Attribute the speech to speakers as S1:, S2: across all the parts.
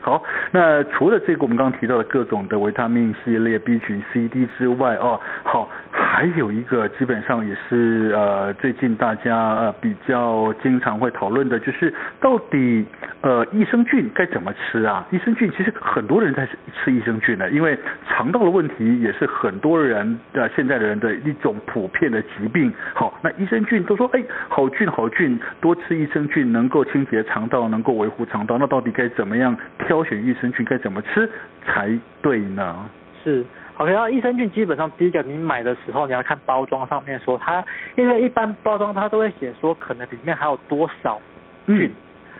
S1: 好，那除了这个我们刚刚提到的各种的维他命系列、B 群、C、D 之外，哦，好，还有一个基本上也是呃最近大家呃比较经常会讨论的，就是到底呃益生菌该怎么吃啊？益生菌其实很多人在吃吃益生菌呢，因为肠道的问题也是很多人呃现在的人的一种普遍的疾病。好，那益生菌都说哎好菌好菌，多吃益生菌能够清洁肠道，能够维护肠道，那到底该怎么样？挑选益生菌该怎么吃才对呢？
S2: 是，OK，那益生菌基本上第一个你买的时候你要看包装上面说它，因为一般包装它都会写说可能里面还有多少菌，
S1: 嗯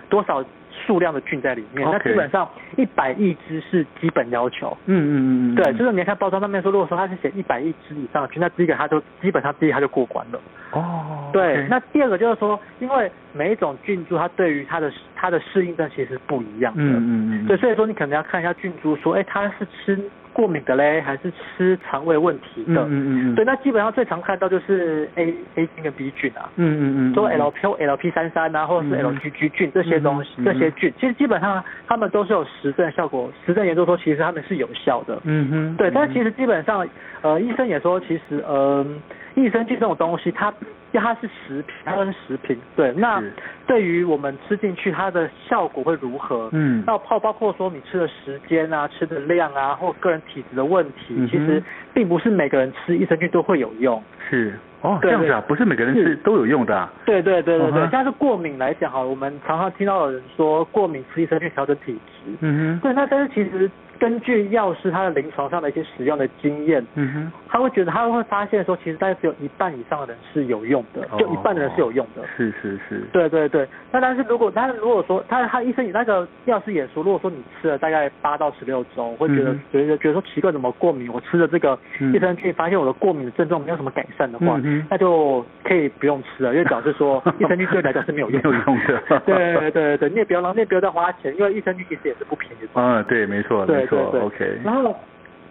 S2: 多少数量的菌在里面。那
S1: OK
S2: 基本上一百亿只是基本要求。
S1: 嗯嗯嗯嗯，
S2: 对，就是是你要看包装上面说，如果说它是写一百亿只以上的菌，那第一个它就基本上第一它就过关了。
S1: 哦，
S2: 对
S1: OK，
S2: 那第二个就是说，因为每一种菌株它对于它的它的适应症其实不一样的。
S1: 嗯嗯嗯，
S2: 对，所以说你可能要看一下菌株，说，哎，它是吃过敏的嘞，还是吃肠胃问题
S1: 嗯
S2: 的？
S1: 嗯嗯嗯，
S2: 对，那基本上最常看到就是 A A 菌跟 B 菌啊，
S1: 嗯嗯嗯，
S2: 说 L P L P 三三啊，或者是
S1: 嗯
S2: L G G 菌这些东西，
S1: 嗯嗯
S2: 这些菌，其实基本上它们都是有实证效果，实证研究说其实它们是有效的。
S1: 嗯哼，
S2: 对，但
S1: 嗯
S2: 是其实基本上，呃，医生也说，其实，呃，益生菌这种东西，它因为它是食品，它是食品，对，那
S1: 是
S2: 对于我们吃进去，它的效果会如何？
S1: 嗯
S2: 那泡包括说你吃的时间啊、吃的量啊，或个人体质的问题，
S1: 嗯哼
S2: 其实并不是每个人吃益生菌都会有用。
S1: 是哦这
S2: 对
S1: 样子啊，不是每个人是
S2: 是
S1: 都有用的啊，
S2: 对对对对对
S1: 嗯哼
S2: 像是过敏来讲哈，啊我们常常听到有人说过敏吃益生菌调整体质，
S1: 嗯哼，
S2: 对，那但是其实根据药师他的临床上的一些使用的经验，
S1: 嗯哼，
S2: 他会觉得他会发现说，其实大概只有一半以上的人是有用的，就一半的人是有用的。
S1: 哦是是是，
S2: 对对对，那但是如果他如果说他他医生也那个药师也说，如果说你吃了大概八到十六周，会觉得、
S1: 嗯
S2: 觉得觉得说奇怪怎么过敏，我吃了这个
S1: 嗯
S2: 益生菌，发现我的过敏的症状没有什么改善的话，
S1: 嗯哼
S2: 那就可以不用吃了，因为表示 说益生菌对你来讲是没有用的。
S1: 没有用的
S2: 对对对对，你也不要浪，你也不要再花钱，因为益生菌其实也是不便宜的。
S1: 嗯，对，没错没
S2: 对
S1: 错
S2: 对对
S1: ，OK，
S2: 然后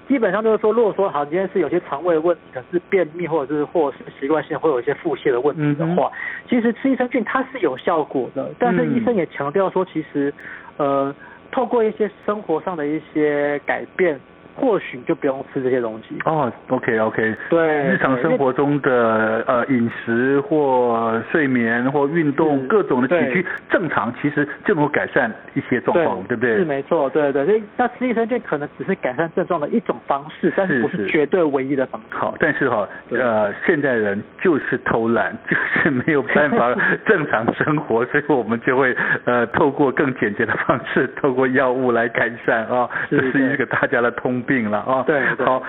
S2: 基本上就是说，如果说好，你今天是有些肠胃的问题，可能是便秘或者是或者是习惯性会有一些腹泻的问题的话，其实吃益生菌它是有效果的，但是
S1: 嗯
S2: 医生也强调说，其实呃，透过一些生活上的一些改变，或许就不用吃这些东西。
S1: 哦，OK OK，
S2: 对，
S1: 日常生活中的呃饮食或睡眠或运动
S2: 是
S1: 各种的起
S2: 对
S1: 居正常，其实就能够改善一些状况，对不对？
S2: 是没错，对对，所以那吃益生菌可能只是改善症状的一种方式，但是不
S1: 是
S2: 是
S1: 是
S2: 绝对唯一的方式。
S1: 好，但是哈、
S2: 对
S1: 呃，现代人就是偷懒， 就是没有办 法正常生活，所以我们就会呃，透过更简洁的方式，透过药物来改善啊、
S2: 是
S1: 这是一
S2: 对
S1: 个大家的通病了啊、
S2: 对对
S1: 好，